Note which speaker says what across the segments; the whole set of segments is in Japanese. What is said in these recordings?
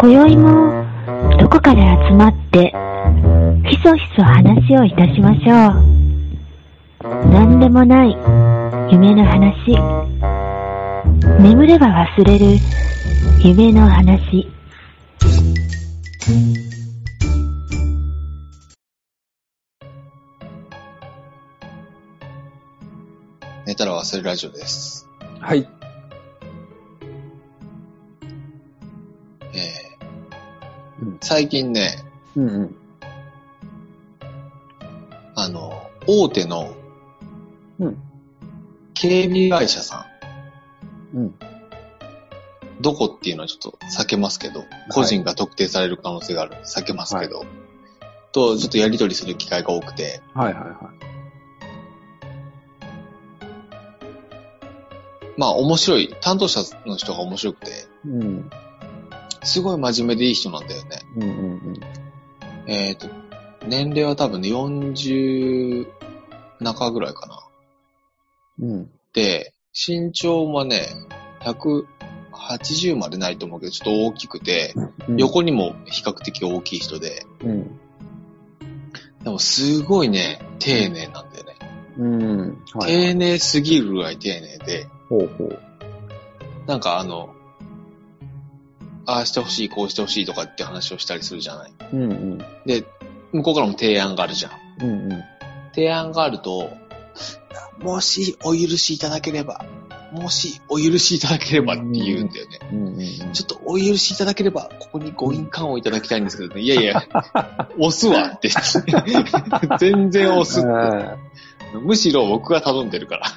Speaker 1: 今宵もどこかで集まってひそひそ話をいたしましょう何でもない夢の話眠れば忘れる夢の話
Speaker 2: 寝たら忘れるラジオです。
Speaker 3: はい。
Speaker 2: えー
Speaker 3: うん
Speaker 2: 最近ね、
Speaker 3: うんうん。
Speaker 2: あの、大手の
Speaker 3: うん。
Speaker 2: 警備会社さ
Speaker 3: うん。
Speaker 2: ん、どこっていうのはちょっと避けますけど、個人が特定される可能性がある、避けますけど、と、ちょっとやりとりする機会が多くて、
Speaker 3: はいはいは
Speaker 2: まあ面白い、担当者の人が面白くて、
Speaker 3: い。うん。
Speaker 2: すごい真面目でいい人なんだよね。
Speaker 3: うんうん
Speaker 2: えっ、と、年齢は多分ね、40中ぐらいかな。
Speaker 3: うん。うん。
Speaker 2: で、身長はね、180までないと思うけど、ちょっと大きくて、
Speaker 3: うん。
Speaker 2: 横にも比較的大きい人で、
Speaker 3: うん。
Speaker 2: でもすごいね、丁寧なんだよね。
Speaker 3: うん。はい。
Speaker 2: 丁寧すぎるぐらい丁寧で、
Speaker 3: ほうほう。
Speaker 2: なんかあの、ああしてほしい、こうしてほしいとかって話をしたりするじゃない。
Speaker 3: うんうん。
Speaker 2: で、向こうからも提案があるじゃん。
Speaker 3: うんうん。
Speaker 2: 提案があると、もしお許しいただければ、もしお許しいただければって言うんだよね。
Speaker 3: うんうんうん。
Speaker 2: ちょっとお許しいただければ、ここにご印鑑をいただきたいんですけどね。いやい や、押すわって言って。全然押すって。むしろ僕が頼んでるから。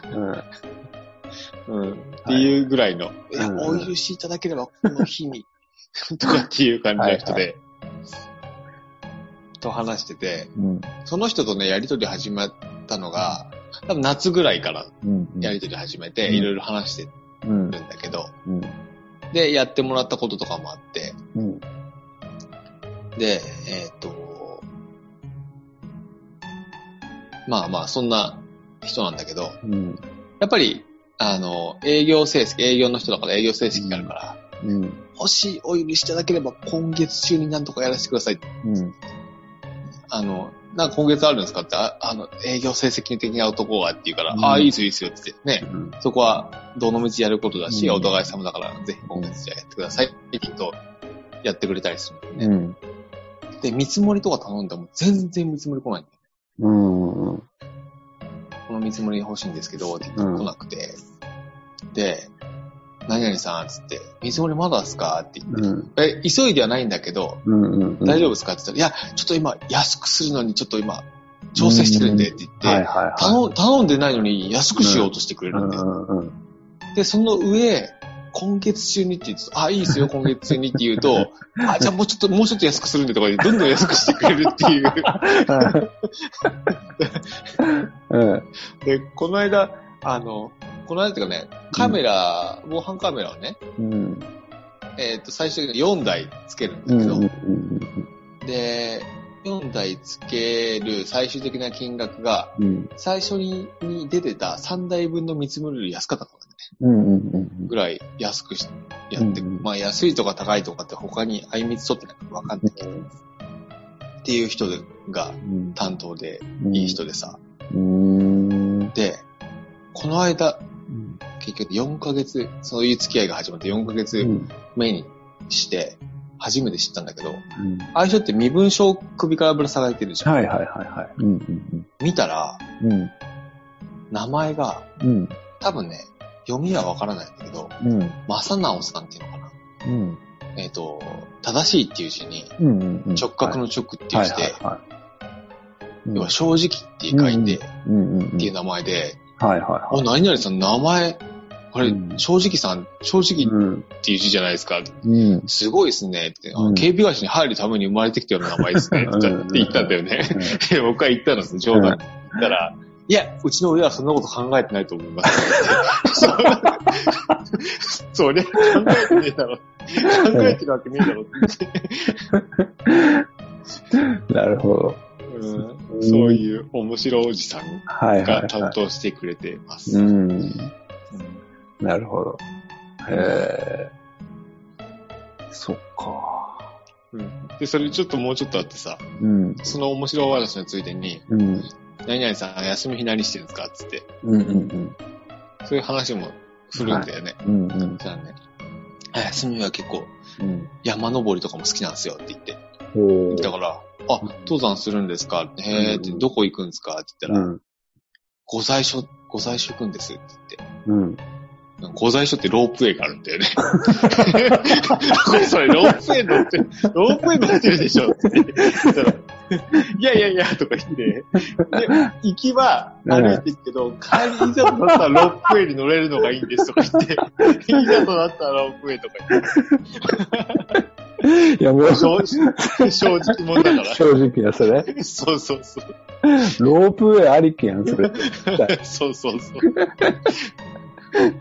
Speaker 3: うん。
Speaker 2: うん。っていうぐらいの。い、や、
Speaker 3: うん
Speaker 2: お許しいただければ、この日に。 とかっていう感じの人で。
Speaker 3: はい
Speaker 2: と話してて、
Speaker 3: うん。
Speaker 2: その人とね、やりとり始めたのが、多分夏ぐらいから
Speaker 3: うん。
Speaker 2: やりとり始めて、
Speaker 3: うん
Speaker 2: いろいろ話して
Speaker 3: うん。
Speaker 2: るんだけど、
Speaker 3: うん。
Speaker 2: で、やってもらったこととかもあって、
Speaker 3: うん。
Speaker 2: で、えーっ、と、まあまあ、そんな人なんだけど、
Speaker 3: うん。
Speaker 2: やっぱり、あの、営業成績、営業の人だから営業成績があるから、
Speaker 3: うん。
Speaker 2: もしお許しいただければ今月中になんとかやらせてください。
Speaker 3: うん。
Speaker 2: あの、なんか今月あるんですかって、ああの、営業成績的な男はって言うから、
Speaker 3: うん
Speaker 2: ああ、いいですよ、いいですよって言ってね。そこは、どの道やることだし、
Speaker 3: うん
Speaker 2: お互い様だから、ぜひ今月じゃあやってくださいって言うと、やってくれたりするんだよね。
Speaker 3: うん。
Speaker 2: で、見積もりとか頼んでも全然見積もり来ないんだよ
Speaker 3: うん。
Speaker 2: この見積もり欲しいんですけど、って言って
Speaker 3: うん
Speaker 2: 来なくて。で、何々さん、つって、見積もりまだですかって言って、
Speaker 3: うん。
Speaker 2: え、急いではないんだけど、
Speaker 3: うん。
Speaker 2: 大丈夫ですかって言ったら、いや、ちょっと今、安くするのに、ちょっと今、調整してるんでって言って、
Speaker 3: はいはいはい。
Speaker 2: 頼頼んでないのに安くしようとしてくれ
Speaker 3: う
Speaker 2: るん
Speaker 3: ん
Speaker 2: で、
Speaker 3: うん
Speaker 2: で、その上、今月中にって言うと、あ、いい ですよ、今月中にって言うと、あ、じゃあもうちょっと、もうちょっと安くするんでとか言って、どんどん安くしてくれるって いう。
Speaker 3: うん。
Speaker 2: で、この間、あの、この間っていうかね、カメラ、防犯カメラをね、
Speaker 3: うん。
Speaker 2: えっ、と、最初に4台つけるん
Speaker 3: う
Speaker 2: だけど、
Speaker 3: ん。
Speaker 2: で、4台つける最終的な金額が、
Speaker 3: うん。
Speaker 2: 最初にに出てた3台分の見積もりより安かったからね。
Speaker 3: うん。
Speaker 2: ぐらい安くしやって、
Speaker 3: うんうん
Speaker 2: まあ安いとか高いとかって他に相密取ってないからわかんないけど、っていう人が
Speaker 3: うん。
Speaker 2: 担当でいい人でさ。
Speaker 3: うん。
Speaker 2: で、この間、結局4ヶ月、そういう付き合いが始まって4ヶ月目にして、初めて知ったんだけど、ああいう人って身分証首からぶら下がってるじゃん。
Speaker 3: はいはいはいはい。うん
Speaker 2: 見たら、
Speaker 3: うんうん。
Speaker 2: 名前が
Speaker 3: うん
Speaker 2: 多分ね、読みはわからないんだけど、
Speaker 3: うん
Speaker 2: 正直さんっていうのかな。
Speaker 3: うん
Speaker 2: えっ、と、正しいっていう字に、
Speaker 3: うんうん。
Speaker 2: 直角の直っていう字で、
Speaker 3: はい。
Speaker 2: 要は正直って書いて、っ
Speaker 3: うんうん。って
Speaker 2: いう名前で、
Speaker 3: はいはい
Speaker 2: お、
Speaker 3: はい。
Speaker 2: 何々さん名前、あれ
Speaker 3: う、ん
Speaker 2: 正直さん、正直
Speaker 3: うん
Speaker 2: っていう字じゃないですか。
Speaker 3: うん。
Speaker 2: すごいですね。って
Speaker 3: うん
Speaker 2: あ警備会社に入るために生まれてきたような名前ですね。
Speaker 3: う
Speaker 2: っ
Speaker 3: ん
Speaker 2: て言ったんだよね。で僕は言ったんです冗談で言ったら、いや、うちの親はそんなこと考えてないと思います。 そそりゃ考えてねえだろ。考えてるわけねえだろって。
Speaker 3: なるほど。
Speaker 2: うんそういう面白おじさん
Speaker 3: はいは
Speaker 2: が
Speaker 3: い
Speaker 2: 担
Speaker 3: は
Speaker 2: 当してくれてま
Speaker 3: い。
Speaker 2: す。
Speaker 3: うん。
Speaker 2: うん
Speaker 3: なるほど。へえ。そっか。うん。
Speaker 2: で、それちょっともうちょっとあってさ、
Speaker 3: うん。
Speaker 2: その面白い話のついでに、
Speaker 3: うん。
Speaker 2: 何々さん休み日何してるんですかつって、
Speaker 3: うん。うん。
Speaker 2: そういう話もするんだよね。
Speaker 3: うん。うん。
Speaker 2: じゃあね、あ休みは結構
Speaker 3: うん。
Speaker 2: 山登りとかも好きなんですよって言って。
Speaker 3: ほ
Speaker 2: だから、あ、登山するんですかへえって、
Speaker 3: うん
Speaker 2: どこ行くんですかって言った
Speaker 3: う
Speaker 2: ら、
Speaker 3: ん。
Speaker 2: ご在所、ご在所行くんですって言って。
Speaker 3: うん。
Speaker 2: ご在所ってロープウェイがあるん だよね。これそれロープウェイ乗って、ロープウェイ乗ってるでしょって 言ったら、いやいやいやとか言って、で、行きは歩いていくけど、帰りいざとなったらロープウェイに乗れるのがいいんですとか言って、いざとなったらロープウェイとか言って、
Speaker 3: いや、もう、正
Speaker 2: 正直正直者だか
Speaker 3: 直や、それ。
Speaker 2: ら。そうそうそう。
Speaker 3: ロープウェイありきやん、そ れ。
Speaker 2: そうそう そう。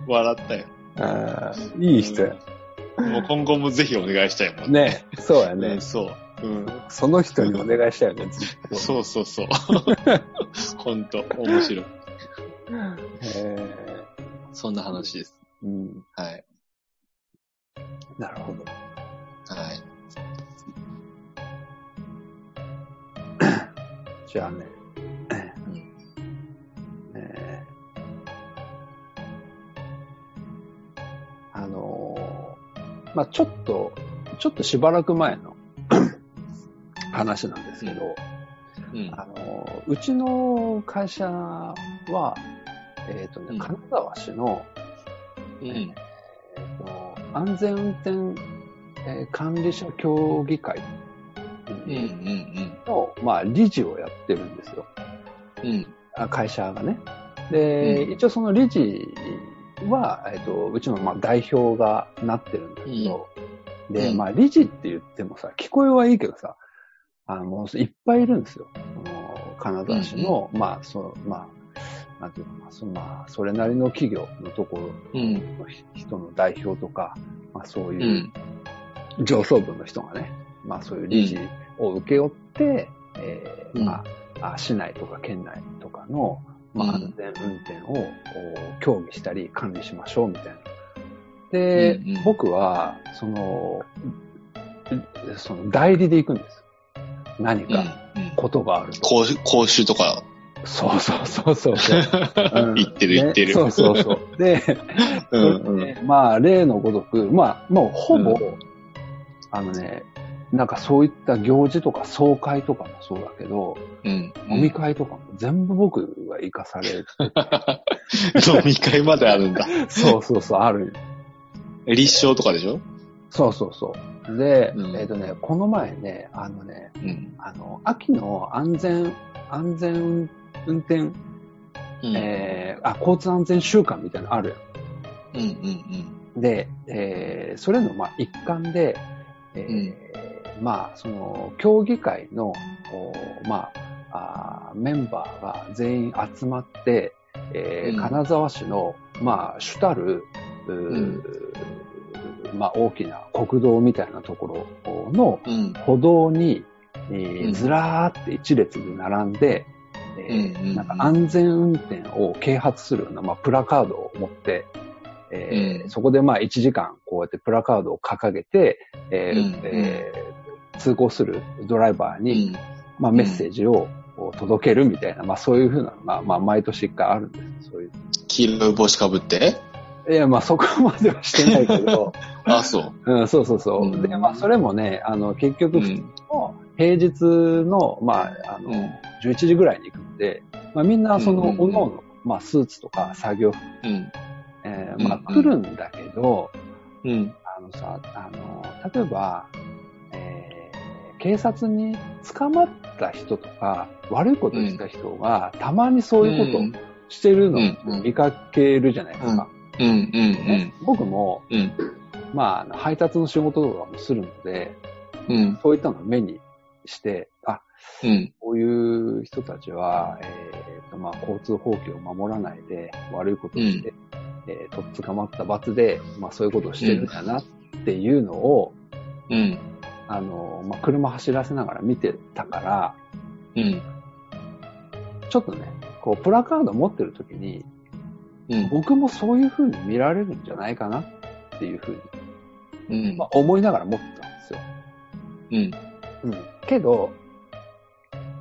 Speaker 2: 笑ったよ。
Speaker 3: ああ、いい人や。
Speaker 2: もう今後もぜひお願いしたいもんね。
Speaker 3: ねそうや
Speaker 2: ね
Speaker 3: ね。
Speaker 2: そう。うん。
Speaker 3: その人にお願いしたよね、ずっと。
Speaker 2: そうそう そう。ほんと、面白い。
Speaker 3: へ
Speaker 2: そんな話です。
Speaker 3: ーうん。
Speaker 2: はい。
Speaker 3: なるほど。
Speaker 2: はい。
Speaker 3: じゃあね。えーあのーまあちょっと、ちょっとしばらく前 の話なんですけど、
Speaker 2: うん。
Speaker 3: あの、うちの会社は、えっ、と
Speaker 2: う
Speaker 3: ね、
Speaker 2: ん
Speaker 3: 金沢市の、
Speaker 2: うん。
Speaker 3: えーと安全運転、えー管理者協議会
Speaker 2: うん。うん。
Speaker 3: の、まあ、理事をやってるんですよ。
Speaker 2: うん。
Speaker 3: あ会社がね。で、
Speaker 2: うん
Speaker 3: 一応その理事は、えっ、と、うちのまあ代表がなってるんだけど、で、
Speaker 2: うん
Speaker 3: まあ理事って言ってもさ、聞こえはいいけどさ、あの、もういっぱいいるんですよ。この金沢市の、まあ、そう、まあ、なんていうのかな、そまあ、それなりの企業のところ
Speaker 2: うん。
Speaker 3: の人の代表とか、まあそう
Speaker 2: う。
Speaker 3: いうんう上層部の人がね、まあそういう理事を受け負って、えー
Speaker 2: うん
Speaker 3: まあ、あ市内とか県内とかの、まあ、
Speaker 2: うん
Speaker 3: 安全運転をこう協議したり管理しましょうみたいな。で、
Speaker 2: うんうん
Speaker 3: 僕は、その、うその代理で行くんです。何
Speaker 2: うん
Speaker 3: か。ことがあると。
Speaker 2: 講習、講習とか、
Speaker 3: そうそうそうそうそ う。うん
Speaker 2: 言ってる言って
Speaker 3: ね
Speaker 2: る。
Speaker 3: そうそうそう。で、
Speaker 2: うん。うん。
Speaker 3: ねまあ、例のごとく、まあ、もうほぼ、
Speaker 2: う
Speaker 3: あのね、なんかそういった行事とか総会とかもそうだけど、
Speaker 2: うん。
Speaker 3: 飲み会とかも全部僕が行かされ る。
Speaker 2: 飲み会まである んだ。
Speaker 3: そうそうそう、あるよ
Speaker 2: 立証とかでしょ
Speaker 3: そうそうそう。で、
Speaker 2: うん
Speaker 3: えっ、とね、この前ね、あのね、
Speaker 2: うん。
Speaker 3: あの、秋の安全、安全運運転、
Speaker 2: うん。
Speaker 3: えーあ、交通安全週間みたいなのある
Speaker 2: うん。うん。
Speaker 3: やん。で、えーそれの、まあ、一環で、えーまあ、その、協議会の、こうまああーメンバーが全員集まって、えー
Speaker 2: うん
Speaker 3: 金沢市の、まあ、主たる、うーまあ、大きな国道みたいなところの、
Speaker 2: うん。うん。
Speaker 3: 歩道に、えー
Speaker 2: うん
Speaker 3: ずらーって一列で並んで、えー
Speaker 2: うんうんうん
Speaker 3: なんか安全運転を啓発するような、まあ、プラカードを持って、えー
Speaker 2: うん
Speaker 3: そこでまあ1時間こうやってプラカードを掲げて、えー
Speaker 2: うんうん
Speaker 3: えー通行するドライバー
Speaker 2: う
Speaker 3: に、
Speaker 2: ん。
Speaker 3: まあ、メッセージをこう届けるみたいな、まあ、そういうふうなのが、まあ、毎年一回あるんです。そういう
Speaker 2: 黄色い帽子かぶって
Speaker 3: いや、まあそこまではしてないけ ど、
Speaker 2: あ、そう。
Speaker 3: うん、そうそうそう。
Speaker 2: うん
Speaker 3: で、まあそれもね、あの、結
Speaker 2: う
Speaker 3: 局普通
Speaker 2: ん。
Speaker 3: の平日の、まあ、あの、
Speaker 2: うん。
Speaker 3: 11時ぐらいに行くんで、まあ、みんなその、
Speaker 2: うんうんうん
Speaker 3: おのおの、まあ、スーツとか作業服、
Speaker 2: うん。
Speaker 3: えーまあ、
Speaker 2: うんう
Speaker 3: 来
Speaker 2: ん
Speaker 3: るんだけど、
Speaker 2: うん。
Speaker 3: あのさ、あの、例えば、えー警察に捕まった人とか、悪いことをした人が、たまにそういうことをしてるの
Speaker 2: うんう
Speaker 3: を
Speaker 2: ん
Speaker 3: 見かけるじゃないですか。
Speaker 2: うん。うん。
Speaker 3: ね僕も、
Speaker 2: うん。
Speaker 3: まああの、配達の仕事とかもするので、
Speaker 2: うん。
Speaker 3: そういったのを目にして、あ、
Speaker 2: うん。
Speaker 3: こういう人たちは、えーとまあ、交通法規を守らないで、悪いことをして、えーとっ捕まった罰で、まあ、そういうことをしてるんだなっていうのを、
Speaker 2: うん。
Speaker 3: あのまあ、車走らせながら見てたから、
Speaker 2: うん。
Speaker 3: ちょっとね、こう、プラカード持ってる時に、
Speaker 2: うん。
Speaker 3: 僕もそういう風に見られるんじゃないかなっていう風に、
Speaker 2: うん
Speaker 3: まあ、思いながら持ってたんですよ。
Speaker 2: うん。
Speaker 3: うん。けど、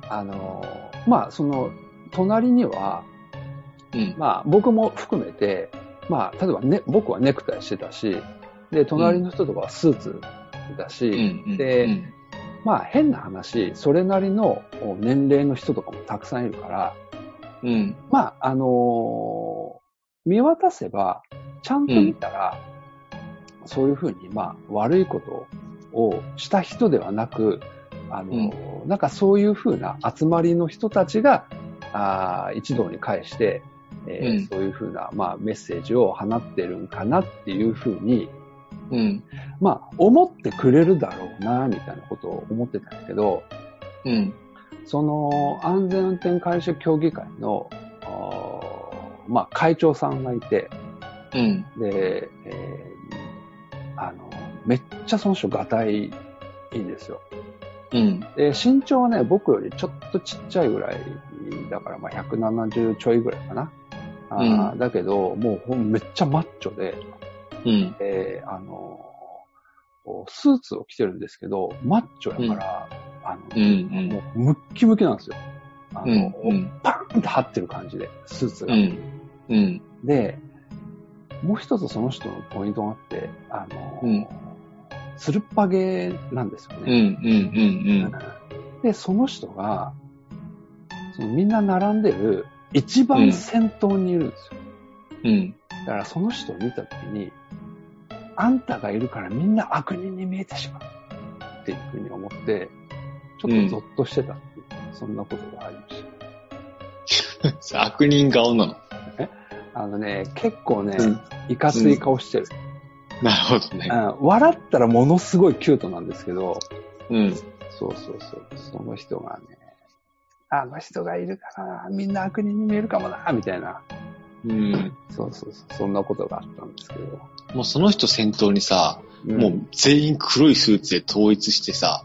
Speaker 3: あのーまあ、その、隣には、
Speaker 2: うん。
Speaker 3: まあ、僕も含めて、まあ、例えばね、僕はネクタイしてたし、で、隣の人とかはスーツだし、
Speaker 2: うん。
Speaker 3: で
Speaker 2: うん
Speaker 3: まあ、変な話、それなりのお年齢の人とかもたくさんいるから、
Speaker 2: うん。
Speaker 3: まあ、あのー見渡せば、ちゃんと見たら、そういうふうに、まあ、悪いことをした人ではなく、あのーなんかそういうふうな集まりの人たちが、あー一堂に会して、えー
Speaker 2: うん
Speaker 3: そういうふうな、まあ、メッセージを放ってるんかなっていうふうに、
Speaker 2: うん。
Speaker 3: まあ、思ってくれるだろうな、みたいなことを思ってたんですけど、
Speaker 2: うん。
Speaker 3: その安全運転解消協議会の、あーまあ、会長さんがいて、
Speaker 2: うん。
Speaker 3: で、えーあの、めっちゃその人がたいいいんですよ。
Speaker 2: うん。
Speaker 3: で、身長はね、僕よりちょっとちっちゃいぐらい、だからまあ170ちょいぐらいかな。あーだけど、もうほんめっちゃマッチョで、
Speaker 2: うん。
Speaker 3: えーあのこうスーツを着てるんですけど、マッチョやから、あの、
Speaker 2: うん。
Speaker 3: もうムッキムキなんですよ。あ
Speaker 2: うん。
Speaker 3: の、
Speaker 2: うん。
Speaker 3: パーンって張ってる感じで、スーツが。
Speaker 2: うん。
Speaker 3: で、もう一つその人のポイントがあって、あの、
Speaker 2: うん
Speaker 3: つるっぱげなんですよ
Speaker 2: うん。うん。
Speaker 3: ね。
Speaker 2: うん。
Speaker 3: で、その人が、そのみんな並んでる一番先頭にいるんですよ。
Speaker 2: うん。
Speaker 3: だからその人を見たときに、あんたがいるからみんな悪人に見えてしまうっていうふうに思って、ちょっとゾッとしてたっていう、そんなことがありました。
Speaker 2: 悪人顔なの。
Speaker 3: あのね、結構ね、
Speaker 2: うん
Speaker 3: いかつい顔してる、
Speaker 2: なるほどね
Speaker 3: う。ん笑ったらものすごいキュートなんですけど、
Speaker 2: うん。
Speaker 3: そうそうそう、その人がね、あの人がいるから、みんな悪人に見えるかもな、みたいな。
Speaker 2: うん。
Speaker 3: そうそうそう、そんなことがあったんですけど。
Speaker 2: もうその人先頭にさ、
Speaker 3: うん
Speaker 2: もう全員黒いスーツで統一して さ、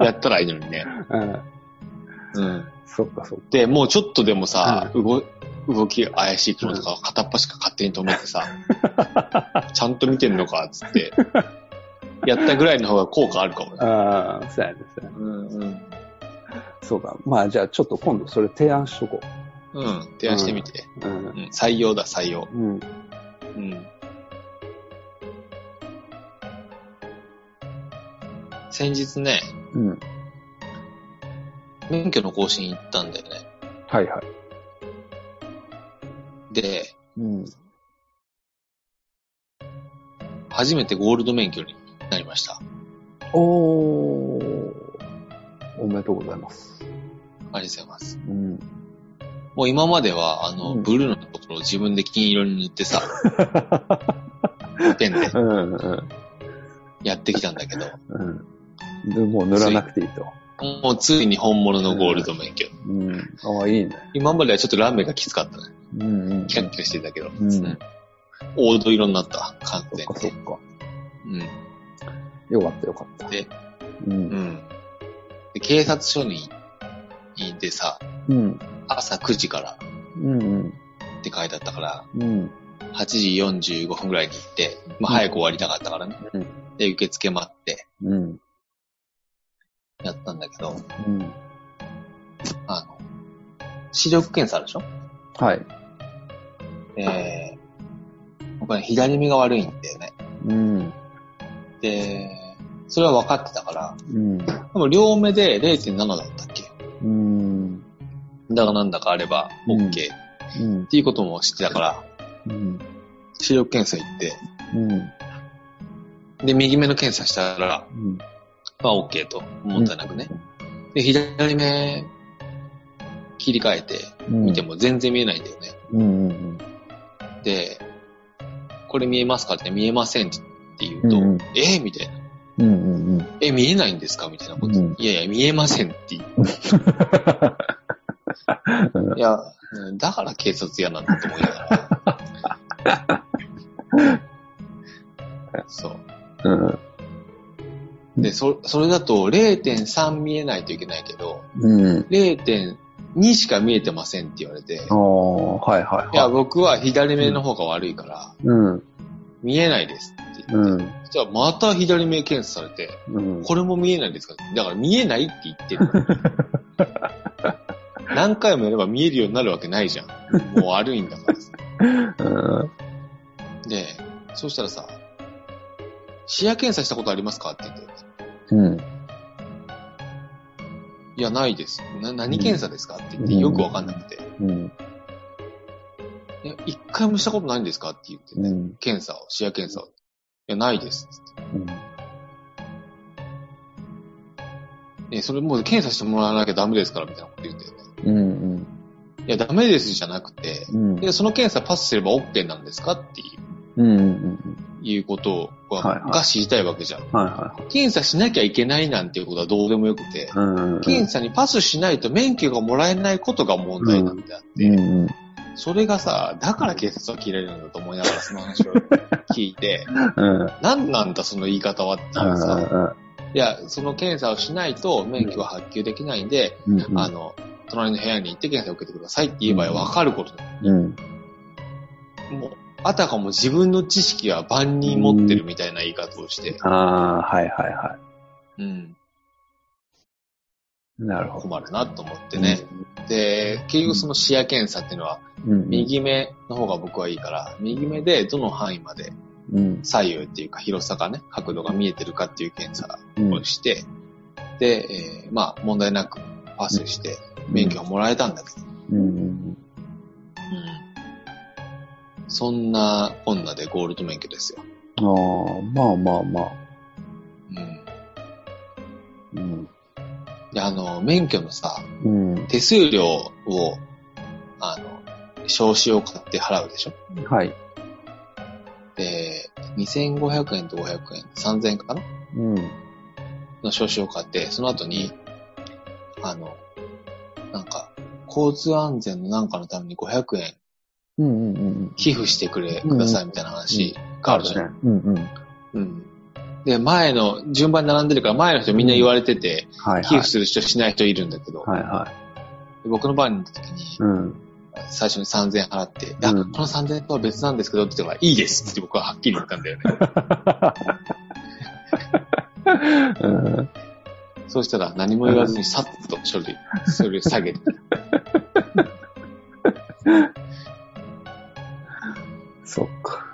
Speaker 2: やったらいいのにね。
Speaker 3: うん、
Speaker 2: うん。
Speaker 3: そっかそっか。
Speaker 2: で、もうちょっとでもさ、動、動き怪しい車とかを片っ端か勝手に止めて さ、ちゃんと見てんのか、つって。やったぐらいの方が効果あるかもね。
Speaker 3: ああ、そうやね、そうやね。
Speaker 2: うんうん。
Speaker 3: そうだ。まあ、じゃあちょっと今度それ提案しとこ
Speaker 2: うん。提案してみて。
Speaker 3: う。う。
Speaker 2: うんん。採用だ、採用。
Speaker 3: うん。
Speaker 2: うん。先日ね、
Speaker 3: うん。
Speaker 2: 免許の更新行ったんだよね。
Speaker 3: はいはい。
Speaker 2: で、
Speaker 3: うん。
Speaker 2: 初めてゴールド免許になりました。
Speaker 3: おー。おめでとうございます。
Speaker 2: ありがとうございます。
Speaker 3: うん。
Speaker 2: もう今までは、あの、
Speaker 3: うん
Speaker 2: ブルーのところを自分で金色に塗ってさ、ペンで
Speaker 3: うんうん
Speaker 2: やってきたんだけど、
Speaker 3: うん。でもう塗らなくていいと。
Speaker 2: もうついに本物のゴールド免許。
Speaker 3: うん。ああ、いいね。
Speaker 2: 今まではちょっとラメがきつかったね。
Speaker 3: うんうん。
Speaker 2: キラキラしてたけど、
Speaker 3: うん
Speaker 2: 黄土色になった、完
Speaker 3: そっ
Speaker 2: 全
Speaker 3: かそっ
Speaker 2: に。
Speaker 3: か。
Speaker 2: うん。
Speaker 3: よかったよかった。
Speaker 2: で
Speaker 3: う。
Speaker 2: うんん。で、警察署に行ってさ、
Speaker 3: うん。
Speaker 2: 朝9時から
Speaker 3: うんうん。
Speaker 2: って書いてあったから、
Speaker 3: うん。
Speaker 2: 8時45分ぐらいに行って、まあ
Speaker 3: うん
Speaker 2: 早く終わりたかったからね。
Speaker 3: うん
Speaker 2: で、受付待って
Speaker 3: うん。
Speaker 2: やったんだけど、
Speaker 3: うん。
Speaker 2: あの、視力検査あるでしょ
Speaker 3: はい。
Speaker 2: えー、僕はね左目が悪いんだよね。
Speaker 3: うん。
Speaker 2: で、それは分かってたから、
Speaker 3: うん。
Speaker 2: でも両目で0.7だったっけ
Speaker 3: うん。
Speaker 2: だかなんだかあれば
Speaker 3: う
Speaker 2: OK、
Speaker 3: ん
Speaker 2: って
Speaker 3: うん。
Speaker 2: いうことも知ってたから、
Speaker 3: うん。
Speaker 2: 視力検査行って、
Speaker 3: うん。
Speaker 2: で、右目の検査したら、
Speaker 3: うん。
Speaker 2: まあ OK と問題なくね。で、左目切り替えて
Speaker 3: うん。
Speaker 2: 見ても全然見えないんだよね。
Speaker 3: うん。うん。
Speaker 2: で、これ見えますかって見えませんって言うと、
Speaker 3: うんうん
Speaker 2: えーみたいな。
Speaker 3: うん。うん。うん。
Speaker 2: え、見えないんですかみたいなこと。
Speaker 3: うん
Speaker 2: いやいや、見えませんって言う いや、うんだから警察嫌なんだと思いながら。そう。で、そ、それだと0.3見えないといけないけど、
Speaker 3: うん。
Speaker 2: 0.2しか見えてませんって言われて、
Speaker 3: ああ、はいはい
Speaker 2: いや、
Speaker 3: は
Speaker 2: 僕は左目の方が悪いから、
Speaker 3: い。うん。
Speaker 2: 見えないですって言って、
Speaker 3: うん。
Speaker 2: じゃあまた左目検査されて、
Speaker 3: うん。
Speaker 2: これも見えないんですかだから見えないって言って る。何回もやれば見えるようになるわけないじゃん。もう悪いんだからさ。
Speaker 3: うん
Speaker 2: で、そうしたらさ、視野検査したことありますかって言って、
Speaker 3: うん。
Speaker 2: いや、ないです。な何検査ですかって言って、よくわかんなくて。
Speaker 3: うん。
Speaker 2: いや、一回もしたことないんですかって言って
Speaker 3: う
Speaker 2: ね、
Speaker 3: ん。
Speaker 2: 検査を、視野検査を。いや、ないですっつって。ね、それもう検査してもらわなきゃダメですから、みたいなこと言って、ね。
Speaker 3: うん。
Speaker 2: いや、ダメですじゃなくて、
Speaker 3: うん。
Speaker 2: で、その検査パスすれば OK なんですかっていう
Speaker 3: うん。うん。
Speaker 2: いうことを
Speaker 3: はいはい
Speaker 2: が知りたいわけじゃん。
Speaker 3: はいはい。
Speaker 2: 検査しなきゃいけないなんていうことはどうでもよくて、
Speaker 3: うん。
Speaker 2: 検査にパスしないと免許がもらえないことが問題なんだ。
Speaker 3: うん。
Speaker 2: それがさ、だから警察は嫌いなんだと思いながらその話を聞いて、
Speaker 3: うん。
Speaker 2: 何なんだその言い方はっていうさ、いや、その検査をしないと免許は発給できないんで、
Speaker 3: うん。
Speaker 2: あの、隣の部屋に行って検査を受けてくださいって言えばわかることだ
Speaker 3: うん。
Speaker 2: もう、あたかも自分の知識は万人持ってるみたいな言い方をして、
Speaker 3: ああ、はいはいは
Speaker 2: うん、
Speaker 3: い。なるほど。
Speaker 2: 困るなと思ってね。。で、結局その視野検査っていうのは、
Speaker 3: うん。
Speaker 2: 右目の方が僕はいいから、右目でどの範囲まで
Speaker 3: うん。
Speaker 2: 左右っていうか広さがね、角度が見えてるかっていう検査
Speaker 3: うん
Speaker 2: を。して、で、えーまあ問題なくパスして免許をもらえたんだけど、
Speaker 3: うん。
Speaker 2: そんなこんなでゴールド免許ですよ。
Speaker 3: ああ、まあまあまあ。
Speaker 2: うん。
Speaker 3: うん。
Speaker 2: で、あの、免許のさ、
Speaker 3: うん。
Speaker 2: 手数料を、あの、証子を買って払うでしょ
Speaker 3: はい。
Speaker 2: で、2500円と500円、3000円かな
Speaker 3: うん。
Speaker 2: の証子を買って、その後に、あの、なんか、交通安全のなんかのために500円
Speaker 3: うんうんうん。
Speaker 2: 寄付してくれ、くださいみたいな話があるじゃん。
Speaker 3: うんうん。
Speaker 2: うん。で、前の、順番に並んでるから前の人みんな言われてて、
Speaker 3: はい
Speaker 2: 寄
Speaker 3: は
Speaker 2: 付。
Speaker 3: い
Speaker 2: する人しない人いるんだけど、
Speaker 3: はいはい。
Speaker 2: 僕の番に行った時に
Speaker 3: う、ん。
Speaker 2: 最初に3000円払って、いや、この
Speaker 3: うん
Speaker 2: 3000円とは別なんですけどって言ったから、いいですって僕ははっきり言ったんだよね。
Speaker 3: うん。
Speaker 2: そうしたら何も言わずにさっと処理、それ下げて。
Speaker 3: そっか。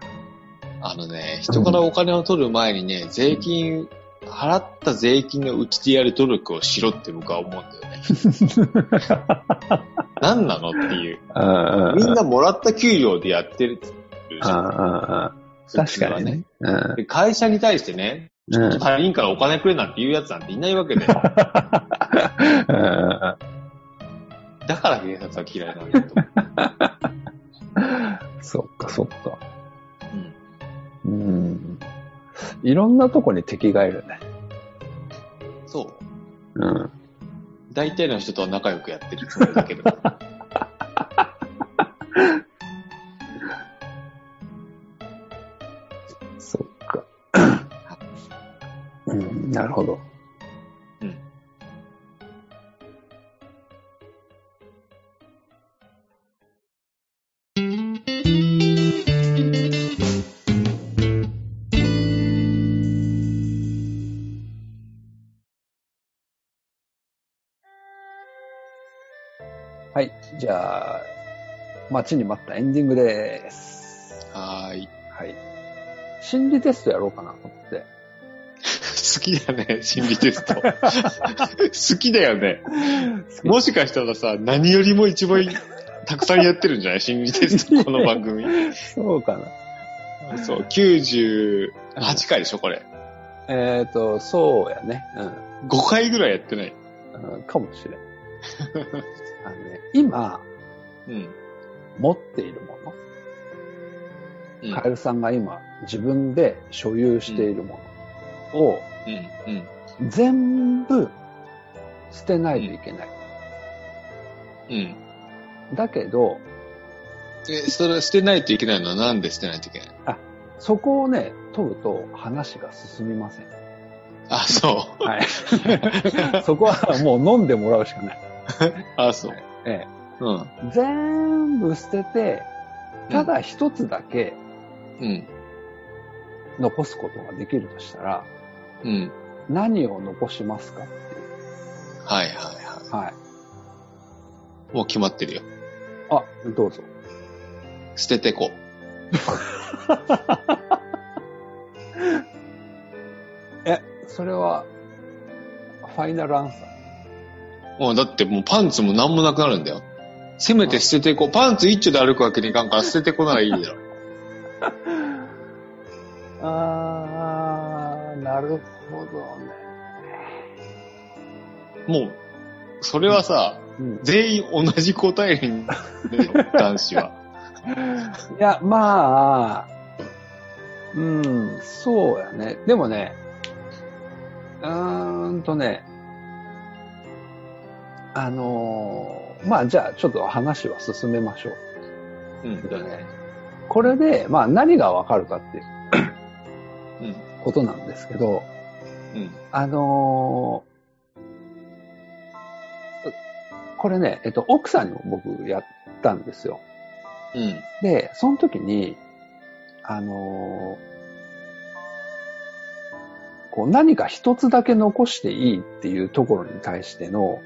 Speaker 2: あのね、人からお金を取る前にね、税金、払った税金のうちでやる努力をしろって僕は思うんだよね。 何なのっていう。
Speaker 3: あ
Speaker 2: みんなもらった給料でやってるじゃん
Speaker 3: あ、確かにね。。うん。
Speaker 2: で会社に対してね、
Speaker 3: うん。
Speaker 2: 他人からお金くれなんて言うやつなんていないわけで、 だから警察は嫌いなんだと思
Speaker 3: そっかそっか。
Speaker 2: う。うん
Speaker 3: うん。いろんなとこに敵がいるね。
Speaker 2: そう。
Speaker 3: うん。
Speaker 2: 大体の人とは仲良くやってるつもりだけ ど。
Speaker 3: そっか。うん、なるほど。はい。じゃあ、待ちに待ったエンディングです。
Speaker 2: はーい。
Speaker 3: はい。心理テストやろうかなと思って。
Speaker 2: 好きだね、心理テスト。好きだよね。もしかしたらさ、何よりも一番たくさんやってるんじゃない心理テスト、この番 組。
Speaker 3: そうかな。
Speaker 2: そう、98回でしょ、これ。
Speaker 3: えっ、と、そうやね。
Speaker 2: 5回ぐらいやってない。
Speaker 3: うん。うんかもしれん。あのね、今、
Speaker 2: うん。
Speaker 3: 持っているも
Speaker 2: うん
Speaker 3: の、カエルさんが今、自分で所有しているものを、
Speaker 2: うん。うん。
Speaker 3: 全部捨てないといけない。
Speaker 2: うん。
Speaker 3: だけど、
Speaker 2: で、それ捨てないといけないのはなんで捨てないといけないの
Speaker 3: そこをね、取ると話が進みません。
Speaker 2: あ、そう。
Speaker 3: はい。 そこはもう飲んでもらうしかない。
Speaker 2: あ、そう。
Speaker 3: ええ
Speaker 2: うん。
Speaker 3: 全部捨てて、ただ一つだけ
Speaker 2: うん。
Speaker 3: 残すことができるとしたら、
Speaker 2: うん。
Speaker 3: 何を残しますかっていう。
Speaker 2: はいはいは
Speaker 3: はい。
Speaker 2: い。もう決まってるよ。
Speaker 3: あ、どうぞ。
Speaker 2: 捨ててこ。
Speaker 3: え、それは、ファイナルアンサー。
Speaker 2: もうだってもうパンツもなんもなくなるんだよ。せめて捨ててこ。パンツ一丁で歩くわけにいかんから捨ててこならいいだろ。
Speaker 3: あー、なるほどね。
Speaker 2: もう、それはさ、
Speaker 3: うん、
Speaker 2: 全員同じ答えになるよ、男子は。
Speaker 3: いや、まあ、うん、そうやね。でもね、うーんとね、あのーまあじゃあちょっと話は進めましょう。
Speaker 2: うん。
Speaker 3: これで、まあ何がわかるかって
Speaker 2: う
Speaker 3: いう
Speaker 2: ん。
Speaker 3: ことなんですけど、
Speaker 2: うん。
Speaker 3: あのーこれね、えっと、奥さんにも僕やったんですよ。
Speaker 2: うん。
Speaker 3: で、その時に、あのーこう何か一つだけ残していいっていうところに対しての、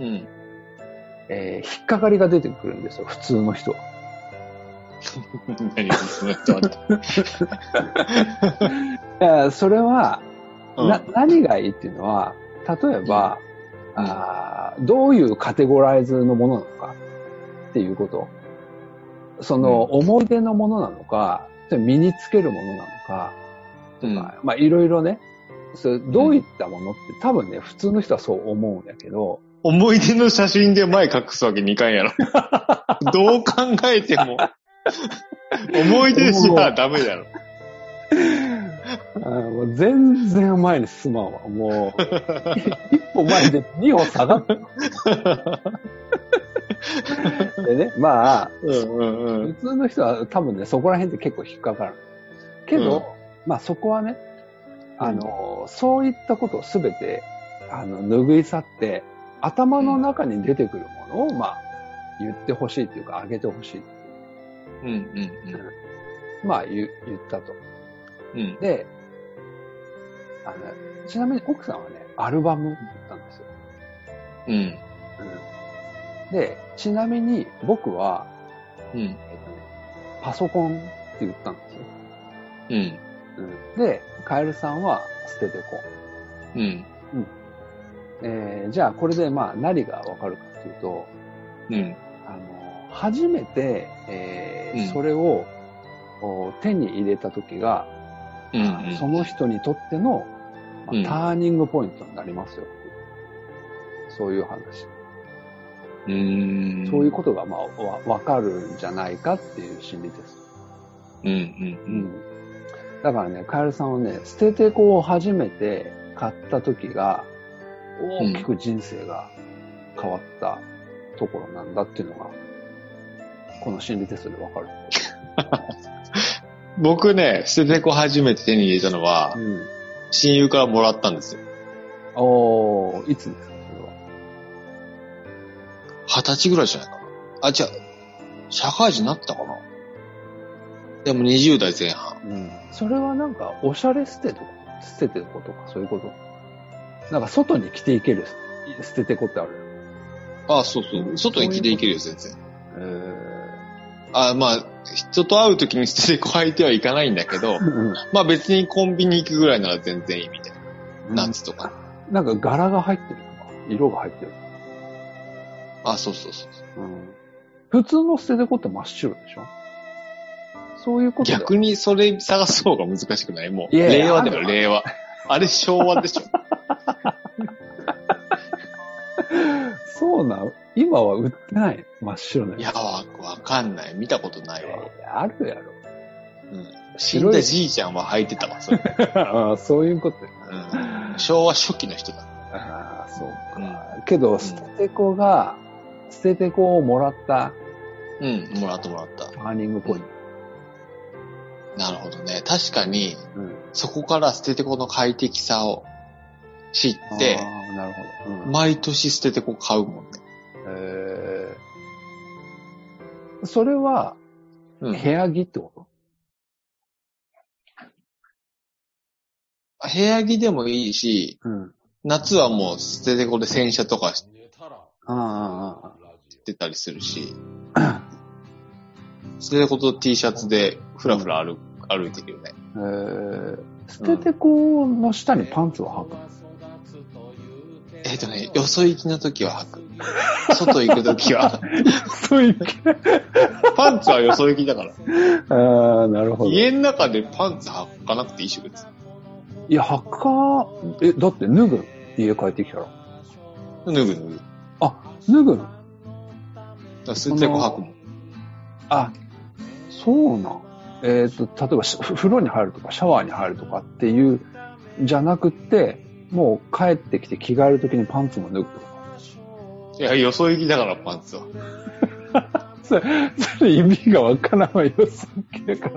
Speaker 2: うん。
Speaker 3: えー引っかかりが出てくるんですよ、普通の人は。
Speaker 2: 何その人は。
Speaker 3: いやそれは、
Speaker 2: うん
Speaker 3: な、何がいいっていうのは、例えば、
Speaker 2: うん
Speaker 3: あーどういうカテゴライズのものなのかっていうこと。その、思い出のものなのか、それ身につけるものなのか、
Speaker 2: うん。
Speaker 3: まあまあ、いろいろね、それどういったものって、多分ね、普通の人はそう思うんだけど、
Speaker 2: 思い出の写真で前隠すわけにいかんやろ。どう考えても。思い出じゃダメだろ。
Speaker 3: あーもう全然前に進まんわ。も う、一歩前で二歩下がってね。まあ、
Speaker 2: うんうんう
Speaker 3: 普
Speaker 2: ん。
Speaker 3: 通の人は多分ね、そこら辺って結構引っかかる。けど、まあそこはね、あの、そういったことをすべて、あの、拭い去って、頭の中に出てくるものを、まあ、言ってほしいというか、あげてほしい。
Speaker 2: うんうん
Speaker 3: まあ、言言ったと。
Speaker 2: うん。うん。
Speaker 3: で、あの、ちなみに奥さんはね、アルバムだったんですよ。
Speaker 2: うん。
Speaker 3: で、ちなみに僕は、
Speaker 2: うん
Speaker 3: え。っとねパソコンって言ったんですよ。
Speaker 2: うん。
Speaker 3: で、カエルさんは捨ててこう。
Speaker 2: うん。
Speaker 3: えーじゃあこれでまあ何がわかるかっていうと、
Speaker 2: うん。
Speaker 3: あの、初めて、えー
Speaker 2: うん
Speaker 3: それをお手に入れた時が、
Speaker 2: うん。うん
Speaker 3: その人にとっての、まあ
Speaker 2: うん
Speaker 3: ターニングポイントになりますよっていうそういう話。
Speaker 2: うーん。
Speaker 3: そういうことがまあわわかるんじゃないかっていう心理です。
Speaker 2: うんうん
Speaker 3: だからね、カエルさんはね、捨ててこを初めて買った時が、大きく人生が変わったところなんだっていうのが、この心理テストでわかる。
Speaker 2: うん。僕ね、捨ててこ初めて手に入れたのは、
Speaker 3: うん。
Speaker 2: 親友からもらったんですよ。
Speaker 3: おー、いつですか、それは。
Speaker 2: 二十歳ぐらいじゃないかな。あ、違う。社会人になってたかな。でも20代前半。
Speaker 3: うん。それはなんか、おしゃれ捨てとか、捨ててることか、そういうこと。なんか、外に着ていける捨ててこってある。
Speaker 2: あ、そうそう。外に着ていけるよ、全然。
Speaker 3: え
Speaker 2: あまあ、人と会うときに捨ててこ相手はいかないんだけど、まあ別にコンビニ行くぐらいなら全然いいみたいな。夏とか。
Speaker 3: なんか、柄が入ってるとか、色が入ってる。
Speaker 2: あ、そうそうそう。
Speaker 3: うん普通の捨ててこって真っ白でしょそういうことだよ
Speaker 2: 逆にそれ探す方が難しくないもう、
Speaker 3: いやいや
Speaker 2: 令和だ
Speaker 3: あ
Speaker 2: よ、
Speaker 3: る
Speaker 2: 令和。あれ昭和でしょ。
Speaker 3: そうなん今は売ってない真っ白の
Speaker 2: いや、わ、わかんない。見たことない
Speaker 3: いや
Speaker 2: わ。
Speaker 3: いやあるやろ。
Speaker 2: 死んだじいちゃんは履いてたわ、それ。
Speaker 3: ああそういうこと
Speaker 2: うん、昭和初期の人だ。
Speaker 3: ああ、そうか。
Speaker 2: う
Speaker 3: けど、捨ててこが、捨ててこをもらった
Speaker 2: うん、もらったもらった。
Speaker 3: ターニングポイント。
Speaker 2: なるほどね。確かに、
Speaker 3: うん。
Speaker 2: そこから捨ててこの快適さを知って
Speaker 3: あ、あ、なるほど。うん
Speaker 2: 毎年捨ててこ買うもんね。
Speaker 3: えーそれは、
Speaker 2: うん
Speaker 3: 部屋着ってこと、
Speaker 2: 部屋着でもいいし、
Speaker 3: うん。
Speaker 2: 夏はもう捨ててこで洗車とかし
Speaker 3: あああ
Speaker 2: てたりするし、捨ててこと T シャツでふらふら歩歩いてるよね。
Speaker 3: あああ、えー、捨ててこの下にパンツを履く。
Speaker 2: えっ、とね、よそ行きの時は履く。外行く時は。
Speaker 3: そういう。
Speaker 2: パンツはよそ行きだから。
Speaker 3: ああ、なるほど。
Speaker 2: 家の中でパンツ履かなくていいし、別に。
Speaker 3: いや、履か、え、だって脱ぐ家帰ってきたら。
Speaker 2: 脱ぐ脱ぐ。だか
Speaker 3: 脱ぐの
Speaker 2: ら捨ててこ履くもん。
Speaker 3: あ、そうなん。えっ、と、例えばし、ふ風呂に入るとか、シャワーに入るとかっていう、じゃなくって、もう帰ってきて着替えるときにパンツも脱ぐとか。
Speaker 2: いや、よそ行きだから、パンツは。
Speaker 3: それ、それ意味がわからないよ、すっげえか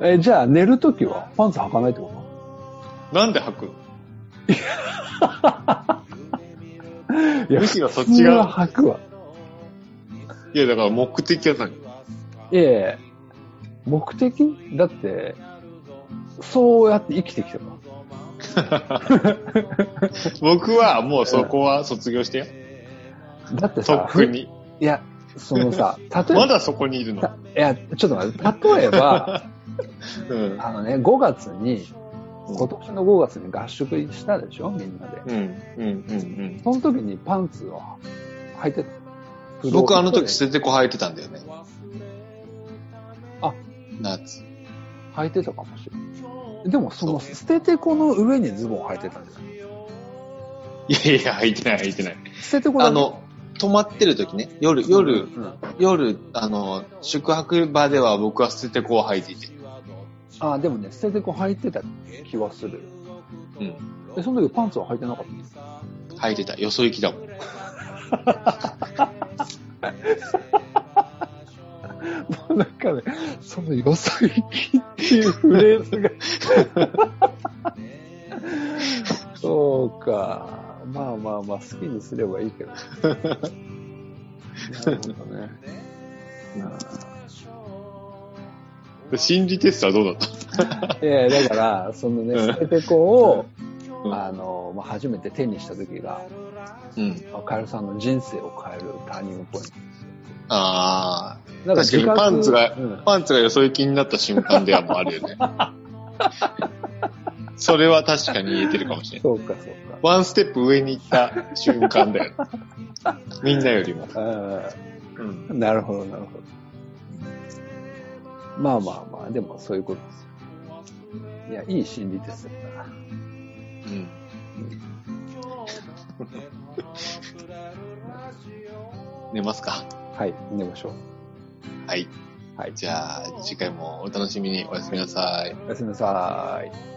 Speaker 3: ら。え、じゃあ寝るときはパンツ履かないってこと
Speaker 2: なんで履くの
Speaker 3: いや
Speaker 2: むしろそっ
Speaker 3: 普
Speaker 2: ち
Speaker 3: 通は
Speaker 2: が。
Speaker 3: 履くわ。
Speaker 2: いや、だから目的は 何
Speaker 3: いやいや目的だって、 そうやって生きてきた から。
Speaker 2: 僕はもうそこは卒業してよ。
Speaker 3: だって
Speaker 2: と
Speaker 3: さ
Speaker 2: っ、くに。
Speaker 3: いや、その さ、例えば、
Speaker 2: まだそこにいるの。
Speaker 3: たいや、ちょっと待って、例えば、
Speaker 2: うん。
Speaker 3: あのね、5月に、今年の5月に合宿したでしょ、みんなで。
Speaker 2: うん、うん、うん、
Speaker 3: その時にパンツを履いてた。
Speaker 2: う
Speaker 3: 不
Speaker 2: ん。
Speaker 3: 動
Speaker 2: 僕あの時捨ててこ履いてたんだよね。
Speaker 3: あ、
Speaker 2: 夏。
Speaker 3: 履いてたかもしれない。でも、その捨ててこの上にズボン履いてたんじゃない
Speaker 2: いやいや、履いてない、履いてない。
Speaker 3: 捨ててこだ
Speaker 2: あ
Speaker 3: け、
Speaker 2: の、泊まってる時ね、夜、夜、
Speaker 3: うん
Speaker 2: 夜、あの、宿泊場では僕は捨ててこを履いていて。
Speaker 3: あ、でもね、捨ててこ履いてた気はする。
Speaker 2: うん。
Speaker 3: え、その時パンツは履いてなかった
Speaker 2: 履いてた。よそ行きだもん。
Speaker 3: もうなんかね、そのよそ行きっていうフレーズが。そうか。まあまあまあ、好きにすればいいけど。なるほどね。
Speaker 2: 心理テストはどうだった
Speaker 3: いや、だから、そのね、
Speaker 2: うん
Speaker 3: 捨ててこを、
Speaker 2: うん
Speaker 3: あの、まあ、初めて手にした時が、
Speaker 2: うん。
Speaker 3: カエルさんの人生を変えるターニングポイン
Speaker 2: ああ。確
Speaker 3: ト。
Speaker 2: かに
Speaker 3: 自覚
Speaker 2: パンツが
Speaker 3: うん
Speaker 2: パンツがよそ行きになった瞬間ではもうあるよ ね。それは確かに言えてるかもしれない。
Speaker 3: そうか、そうか。
Speaker 2: ワンステップ上に行った瞬間 だよ、ね。みんなよりも。
Speaker 3: あー
Speaker 2: うん。
Speaker 3: なるほど、なるほど。まあまあまあ、でもそういうことです よ。いや、いい心理テストだ
Speaker 2: う
Speaker 3: な。
Speaker 2: ん。寝ますか。
Speaker 3: はい、寝ましょう。
Speaker 2: はい。
Speaker 3: はい、
Speaker 2: じゃあ、次回もお楽しみに。おやすみなさい。
Speaker 3: おやすみなさい。